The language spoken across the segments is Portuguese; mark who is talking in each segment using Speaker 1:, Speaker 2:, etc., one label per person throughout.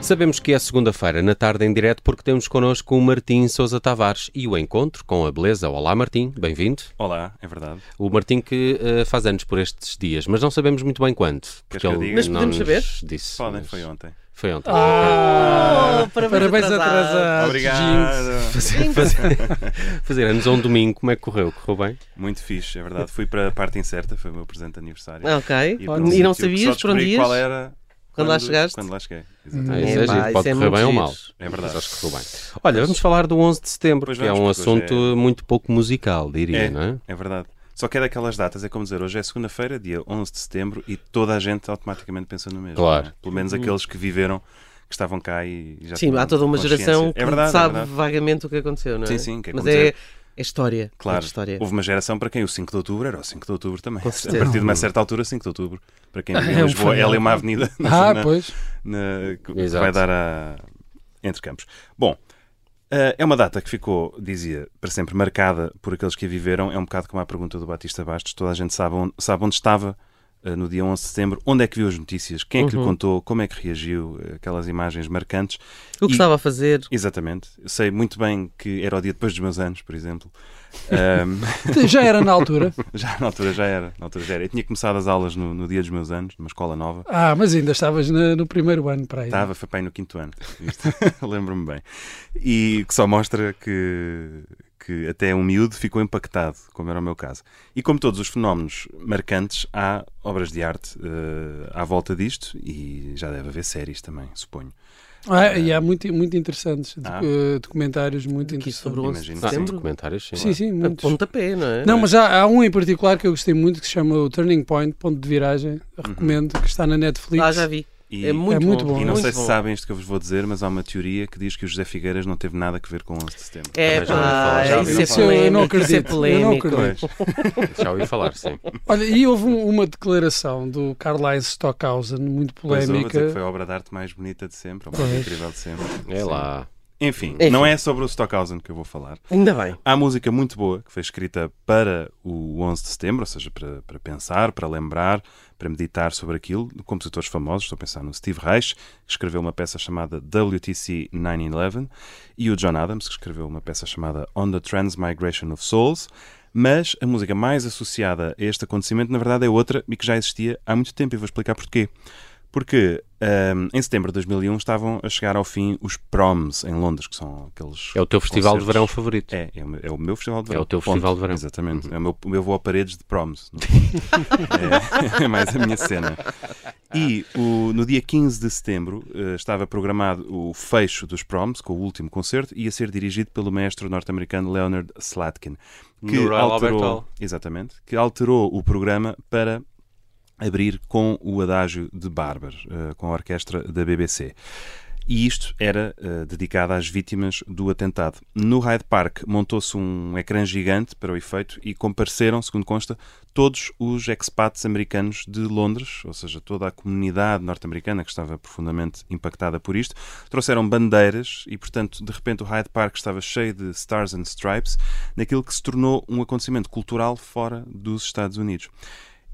Speaker 1: Sabemos que é segunda-feira, na tarde em direto, porque temos connosco o Martim Sousa Tavares e o encontro com a beleza. Olá, Martim, bem-vindo.
Speaker 2: Olá, é verdade.
Speaker 1: O Martim que eh, faz anos por estes dias, mas não sabemos muito bem quanto.
Speaker 2: que eu diga? Mas
Speaker 1: não
Speaker 3: podemos
Speaker 1: nos
Speaker 3: saber?
Speaker 1: Disse,
Speaker 2: Podem,
Speaker 1: mas-
Speaker 2: foi ontem.
Speaker 1: Foi ontem.
Speaker 3: Oh,
Speaker 4: Parabéns atrasados.
Speaker 2: Obrigado.
Speaker 1: Fazer, fazer, fazer anos a um domingo, como é que correu? Correu bem?
Speaker 2: Muito fixe, é verdade. Fui para a parte incerta, foi o meu presente de aniversário.
Speaker 3: Ok.
Speaker 2: para um
Speaker 3: E não
Speaker 2: sítio que
Speaker 3: sabias
Speaker 2: só
Speaker 3: por onde
Speaker 2: descobri
Speaker 3: ias?
Speaker 2: qual era
Speaker 3: Quando lá chegaste?
Speaker 2: Quando lá cheguei.
Speaker 1: Ah,
Speaker 2: Exatamente.
Speaker 1: isso é
Speaker 3: pá,
Speaker 1: giro, pode
Speaker 3: isso é
Speaker 1: correr bem
Speaker 3: muito
Speaker 1: ou
Speaker 3: giro.
Speaker 1: mal.
Speaker 2: É verdade.
Speaker 1: Mas acho que correu bem. Olha, vamos falar do 11 de setembro,
Speaker 2: Pois
Speaker 1: que é
Speaker 2: vamos,
Speaker 1: um
Speaker 2: porque hoje
Speaker 1: assunto muito pouco musical, diria,
Speaker 2: É,
Speaker 1: não é?
Speaker 2: é verdade. Só que é daquelas datas, é como dizer, hoje é segunda-feira, dia 11 de setembro, e toda a gente automaticamente pensa no mesmo.
Speaker 1: Claro.
Speaker 2: não é? Pelo menos aqueles que viveram, que estavam cá e já
Speaker 3: Sim, há toda uma geração que
Speaker 2: é verdade, é
Speaker 3: sabe
Speaker 2: verdade.
Speaker 3: vagamente o que aconteceu, não é?
Speaker 2: Sim, sim, que é
Speaker 3: Mas
Speaker 2: como
Speaker 3: é,
Speaker 2: dizer-
Speaker 3: é história.
Speaker 2: Claro,
Speaker 3: é história.
Speaker 2: houve uma geração para quem o 5 de outubro era o 5 de outubro também.
Speaker 3: Com
Speaker 2: a
Speaker 3: certeza.
Speaker 2: partir de uma certa altura, 5 de outubro. Para quem vive
Speaker 4: É
Speaker 2: em
Speaker 4: um
Speaker 2: Lisboa, ela é
Speaker 4: fenómeno.
Speaker 2: uma avenida na
Speaker 4: Ah,
Speaker 2: zona-
Speaker 4: pois.
Speaker 2: na- que
Speaker 1: Exato.
Speaker 2: vai dar a entre campos. Bom, eh, é uma data que ficou, dizia, para sempre marcada por aqueles que a viveram. É um bocado como a pergunta do Batista Bastos. Toda a gente sabe onde, sabe onde estava eh, no dia 11 de setembro, onde é que viu as notícias, quem é
Speaker 4: Uhum.
Speaker 2: que lhe contou, como é que reagiu, eh, aquelas imagens marcantes.
Speaker 3: O
Speaker 2: E-
Speaker 3: que estava a fazer?
Speaker 2: Exatamente. Eu sei muito bem que era o dia depois dos meus anos, por exemplo. Ahm,
Speaker 4: Já era na altura.
Speaker 2: já na altura já era. Na altura já era. Eu tinha começado as aulas no, no dia dos meus anos, numa escola nova.
Speaker 4: Ah, mas ainda estavas na- no primeiro ano para aí.
Speaker 2: Estava, foi pai no quinto ano. Isto, Lembro-me bem. E que só mostra que, que até um miúdo ficou impactado, como era o meu caso. E como todos os fenómenos marcantes, há obras de arte eh, à volta disto e já deve haver séries também, suponho.
Speaker 4: Ah, e há muito, muito interessantes docu-
Speaker 2: Ah.
Speaker 4: eh, documentários muito
Speaker 3: Aqui
Speaker 4: interessantes.
Speaker 3: sobre o 11
Speaker 2: Imagino
Speaker 3: de
Speaker 2: que sim.
Speaker 1: Sim,
Speaker 3: setembro?
Speaker 1: documentários, sim.
Speaker 4: Sim, sim,
Speaker 2: É
Speaker 3: A
Speaker 4: muitos.
Speaker 3: pontapé, não é?
Speaker 4: Não, mas há, há um em particular que eu gostei muito que se chama o Turning Point, ponto de
Speaker 2: Uhum.
Speaker 4: viragem. Recomendo, que está na Netflix.
Speaker 3: Ah, já vi.
Speaker 2: E,
Speaker 3: É muito,
Speaker 4: É muito bom.
Speaker 2: e não
Speaker 3: muito
Speaker 2: sei se
Speaker 3: bom.
Speaker 2: sabem isto que eu vos vou dizer, mas há uma teoria que diz que o José Figueiras não teve nada a ver com o 11 de setembro.
Speaker 3: É,
Speaker 1: Também já ouvi falar,
Speaker 3: pá,
Speaker 1: já ouvi
Speaker 3: isso é
Speaker 1: falar.
Speaker 4: Eu não
Speaker 3: polémico. Isso é
Speaker 4: acredito, eu não
Speaker 3: polémico.
Speaker 4: acredito.
Speaker 2: Pois.
Speaker 1: Já ouvi falar, sim.
Speaker 4: Olha, e houve um- uma declaração do Karl-Heinz Stockhausen, muito
Speaker 2: Pois, eu vou dizer que
Speaker 4: polémica.
Speaker 2: foi a obra de arte mais bonita de sempre, a mais
Speaker 4: Pois.
Speaker 2: incrível de sempre.
Speaker 1: É lá.
Speaker 2: Enfim,
Speaker 3: Enfim.
Speaker 2: não é sobre o Stockhausen que eu vou falar.
Speaker 3: Ainda bem.
Speaker 2: Há música muito boa que foi escrita para o 11 de setembro, ou seja, para, para pensar, para lembrar, para meditar sobre aquilo, de compositores famosos, estou a pensar no Steve Reich, que escreveu uma peça chamada WTC 911, e o John Adams, que escreveu uma peça chamada On the Transmigration of Souls, mas a música mais associada a este acontecimento, na verdade, é outra e que já existia há muito tempo, e vou explicar porquê. Porque ahm, em setembro de 2001 estavam a chegar ao fim os proms em Londres, que são aqueles.
Speaker 1: É o teu festival de
Speaker 2: concertos-
Speaker 1: verão favorito.
Speaker 2: é, é o meu, é o meu festival de verão.
Speaker 1: É o teu festival de verão. Uhum.
Speaker 2: Exatamente. É o meu, o meu voo a paredes de proms. no fundo. é, é mais a minha cena. E o- no dia 15 de setembro eh, estava programado o fecho dos proms, com o último concerto, e ia ser dirigido pelo maestro norte-americano Leonard Slatkin.
Speaker 1: No Royal Albert Hall.
Speaker 2: Exatamente. Que alterou o programa para abrir com o adágio de Barber, eh, com a orquestra da BBC. E isto era eh, dedicado às vítimas do atentado. No Hyde Park montou-se um ecrã gigante para o efeito e compareceram, segundo consta, todos os expats americanos de Londres, ou seja, toda a comunidade norte-americana que estava profundamente impactada por isto. Trouxeram bandeiras e, portanto, de repente o Hyde Park estava cheio de Stars and Stripes, naquilo que se tornou um acontecimento cultural fora dos Estados Unidos.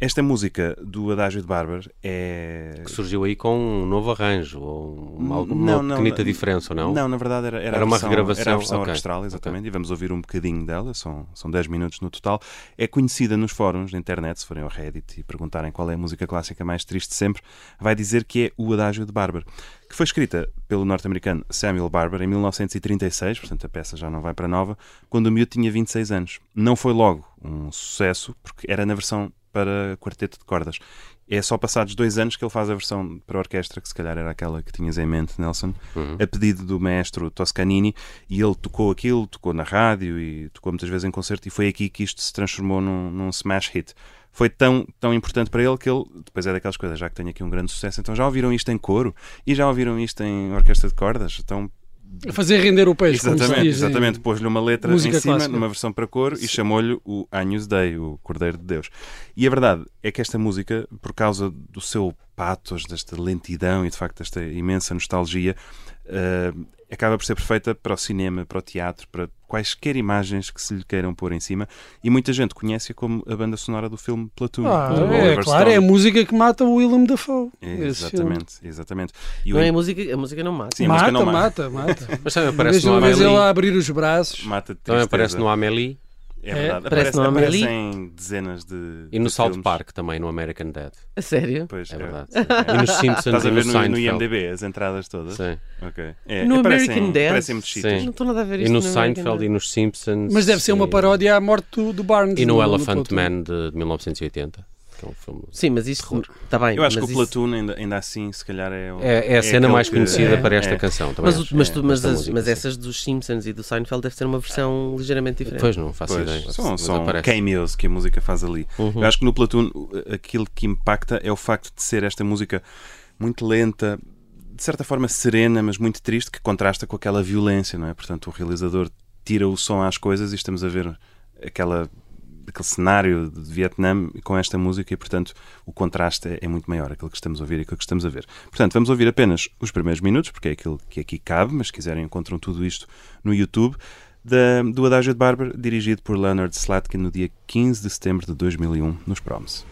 Speaker 2: Esta música do Adágio de Barber é.
Speaker 1: Que surgiu aí com um novo arranjo, ou uma, alguma
Speaker 2: Não, não,
Speaker 1: pequenita
Speaker 2: não.
Speaker 1: diferença, ou não?
Speaker 2: Não, na verdade era, era,
Speaker 1: Era
Speaker 2: a
Speaker 1: uma
Speaker 2: versão,
Speaker 1: regravação,
Speaker 2: Era a versão
Speaker 1: ok.
Speaker 2: orquestral, exatamente. E vamos ouvir um bocadinho dela, são, são 10 minutos no total. É conhecida nos fóruns da internet, se forem ao Reddit e perguntarem qual é a música clássica mais triste de sempre, vai dizer que é o Adágio de Barber, que foi escrita pelo norte-americano Samuel Barber em 1936, portanto a peça já não vai para nova, quando o miúdo tinha 26 anos. Não foi logo um sucesso, porque era na versão para quarteto de cordas. É só passados dois anos que ele faz a versão para orquestra, que se calhar era aquela que tinhas em mente, Nelson, a pedido do maestro Toscanini, e ele tocou aquilo, tocou na rádio e tocou muitas vezes em concerto, e foi aqui que isto se transformou num, num smash hit. Foi tão, tão importante para ele que ele, depois é daquelas coisas, já que tenho aqui um grande sucesso, então já ouviram isto em coro? E já ouviram isto em orquestra de cordas? Então
Speaker 4: Fazer render o peixe, como se
Speaker 2: Exatamente,
Speaker 4: diz, em-
Speaker 2: exatamente. Pôs-lhe uma letra
Speaker 4: música
Speaker 2: em cima,
Speaker 4: clássica.
Speaker 2: numa versão para cor, e chamou-lhe o Agnus Dei, o Cordeiro de Deus. E a verdade é que esta música, por causa do seu patos, desta lentidão e de facto desta imensa nostalgia, eh, acaba por ser perfeita para o cinema, para o teatro, para quaisquer imagens que se lhe queiram pôr em cima. E muita gente conhece-a como a banda sonora do filme Platoon.
Speaker 4: Ah,
Speaker 2: do
Speaker 4: é,
Speaker 2: Oliver
Speaker 4: claro, é a
Speaker 2: Stone.
Speaker 4: música que mata o Willem Dafoe. Esse filme.
Speaker 2: É, Exatamente, exatamente. E o
Speaker 3: Não é a música, a música não mata.
Speaker 2: Sim, a música
Speaker 4: mata,
Speaker 2: não mata.
Speaker 4: mata, mata.
Speaker 1: Mas também
Speaker 4: Parece
Speaker 1: aparece
Speaker 4: uma
Speaker 1: no
Speaker 4: vez
Speaker 1: Amélie.
Speaker 4: ele a abrir os braços.
Speaker 2: Mata de
Speaker 1: Também
Speaker 2: tristeza.
Speaker 1: aparece no Amélie
Speaker 2: É verdade.
Speaker 4: É,
Speaker 2: aparece,
Speaker 3: parece no Amélie.
Speaker 2: aparecem dezenas de.
Speaker 1: e no
Speaker 2: de
Speaker 1: South
Speaker 2: filmes.
Speaker 1: Park também, no American Dad.
Speaker 3: A sério?
Speaker 2: Pois,
Speaker 1: É verdade.
Speaker 2: É.
Speaker 1: E nos Simpsons
Speaker 2: Estás
Speaker 1: e
Speaker 2: a
Speaker 1: no
Speaker 2: ver no, no
Speaker 1: Seinfeld.
Speaker 2: IMDB as entradas todas?
Speaker 1: Sim.
Speaker 2: Ok. É,
Speaker 3: No
Speaker 2: aparecem,
Speaker 3: American Dad?
Speaker 2: Aparecem muitos
Speaker 1: Sim.
Speaker 2: sítios.
Speaker 1: Não
Speaker 3: Não estou nada a ver
Speaker 1: E no Seinfeld e nos Simpsons.
Speaker 4: Mas deve ser uma
Speaker 1: e-
Speaker 4: paródia à morte do, do Barnes.
Speaker 1: E no Elephant
Speaker 4: Platoon.
Speaker 1: Man de de 1980, que é um filme.
Speaker 3: Sim, mas isto está bem.
Speaker 2: Eu acho que
Speaker 3: mas
Speaker 2: o
Speaker 3: isso-
Speaker 2: Platoon, ainda, ainda assim, se calhar é. o-
Speaker 1: É, é a cena
Speaker 2: aquele
Speaker 1: mais
Speaker 2: que-
Speaker 1: conhecida
Speaker 4: é,
Speaker 1: para esta
Speaker 2: é.
Speaker 1: canção também.
Speaker 3: Mas, o-
Speaker 1: acho.
Speaker 3: mas, tu- mas,
Speaker 1: esta
Speaker 3: as-
Speaker 1: música,
Speaker 3: mas
Speaker 1: sim.
Speaker 3: essas dos Simpsons e do Seinfeld deve ser uma versão ligeiramente diferente.
Speaker 1: Pois não, faço
Speaker 2: Pois,
Speaker 1: ideia.
Speaker 2: são
Speaker 1: mas
Speaker 2: são
Speaker 1: aparece.
Speaker 2: cameos que a música faz ali.
Speaker 1: Uhum.
Speaker 2: Eu acho que no Platoon o- aquilo que impacta é o facto de ser esta música muito lenta, de certa forma serena, mas muito triste, que contrasta com aquela violência, não é? Portanto, o realizador tira o som às coisas e estamos a ver aquela aquele cenário de Vietnã com esta música e, portanto, o contraste é, é muito maior, aquilo que estamos a ouvir e aquilo que estamos a ver. Portanto, vamos ouvir apenas os primeiros minutos, porque é aquilo que aqui cabe, mas se quiserem encontram tudo isto no YouTube, da, do Adágio de Barber, dirigido por Leonard Slatkin no dia 15 de setembro de 2001, nos Proms.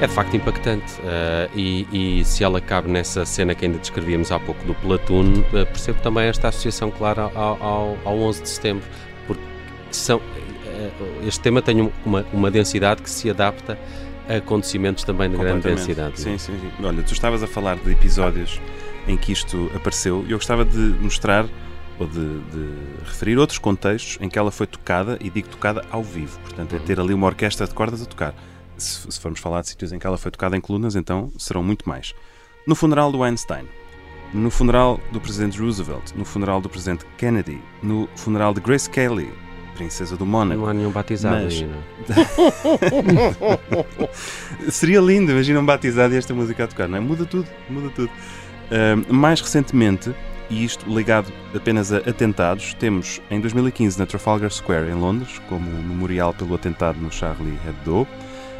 Speaker 1: É de facto impactante. eh, e, e se ela cabe nessa cena que ainda descrevíamos há pouco do Platoon, eh, percebo também esta associação clara ao, ao, ao 11 de setembro, porque são, eh, eh, este tema tem um- uma, uma densidade que se adapta a acontecimentos também de grande
Speaker 2: Completamente.
Speaker 1: densidade. é?
Speaker 2: Sim, sim, sim. Olha, tu estavas a falar de episódios em que isto apareceu e eu gostava de mostrar ou de, de referir outros contextos em que ela foi tocada e digo tocada ao vivo. Portanto, é
Speaker 1: Uhum.
Speaker 2: ter ali uma orquestra de cordas a tocar. Se, se formos falar de sítios em que ela foi tocada em colunas, então serão muito mais. No funeral do Einstein, no funeral do presidente Roosevelt, no funeral do presidente Kennedy, no funeral de Grace Kelly, princesa do Mónaco.
Speaker 1: Não há nenhum batizado
Speaker 2: Mas-
Speaker 1: ainda.
Speaker 2: Seria lindo, imagina um batizado e esta música a tocar, não é? Muda tudo, muda tudo. Ahm, mais recentemente, e isto ligado apenas a atentados, temos em 2015 na Trafalgar Square, em Londres, como um memorial pelo atentado no Charlie Hebdo.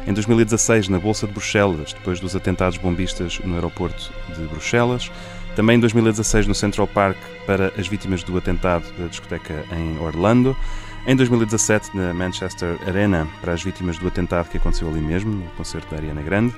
Speaker 2: Em 2016, na Bolsa de Bruxelas, depois dos atentados bombistas no aeroporto de Bruxelas. Também em 2016, no Central Park, para as vítimas do atentado da discoteca em Orlando. Em 2017, na Manchester Arena, para as vítimas do atentado que aconteceu ali mesmo, no concerto da Ariana Grande.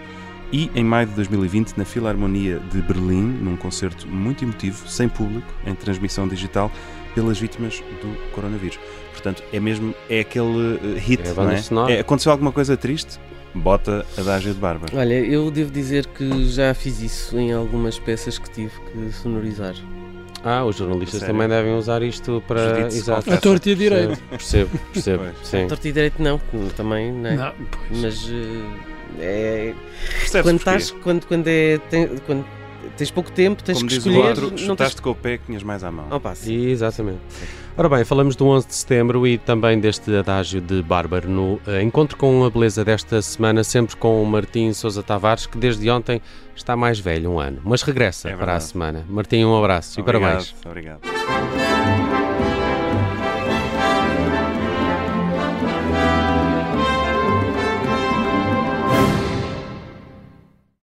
Speaker 2: E em maio de 2020, na Filarmonia de Berlim, num concerto muito emotivo, sem público, em transmissão digital, pelas vítimas do coronavírus. Portanto, é mesmo é aquele eh, hit,
Speaker 1: É a banda
Speaker 2: não é?
Speaker 1: sonora.
Speaker 2: É, aconteceu alguma coisa triste? Bota a Dágio de Bárbara.
Speaker 3: Olha, eu devo dizer que já fiz isso em algumas peças que tive que sonorizar.
Speaker 1: Ah, os jornalistas
Speaker 2: Sério?
Speaker 1: também devem usar isto para.
Speaker 2: Judite
Speaker 1: Exato.
Speaker 2: Scofield.
Speaker 4: A torta e a direita.
Speaker 1: Percebo, percebo.
Speaker 2: Pois.
Speaker 1: sim.
Speaker 3: Torto e direito não, que também, não é?
Speaker 4: Não, pois.
Speaker 3: Mas eh, é,
Speaker 2: Percebes
Speaker 3: quando,
Speaker 2: porquê?
Speaker 3: estás, quando, quando, é, tem- quando tens pouco tempo, tens
Speaker 2: Como
Speaker 3: que
Speaker 2: diz
Speaker 3: escolher.
Speaker 2: o outro,
Speaker 3: não tens...
Speaker 2: chutaste com o pé que tinhas mais à mão.
Speaker 3: Oh, pá, sim.
Speaker 1: Exatamente. Ora bem, falamos do 11 de setembro e também deste adágio de Bárbaro no eh, Encontro com a Beleza desta semana, sempre com o Martim Sousa Tavares, que desde ontem está mais velho, um ano, mas regressa
Speaker 2: É
Speaker 1: para a
Speaker 2: verdade.
Speaker 1: semana. Martim, um abraço e
Speaker 2: Obrigado,
Speaker 1: parabéns.
Speaker 2: Obrigado.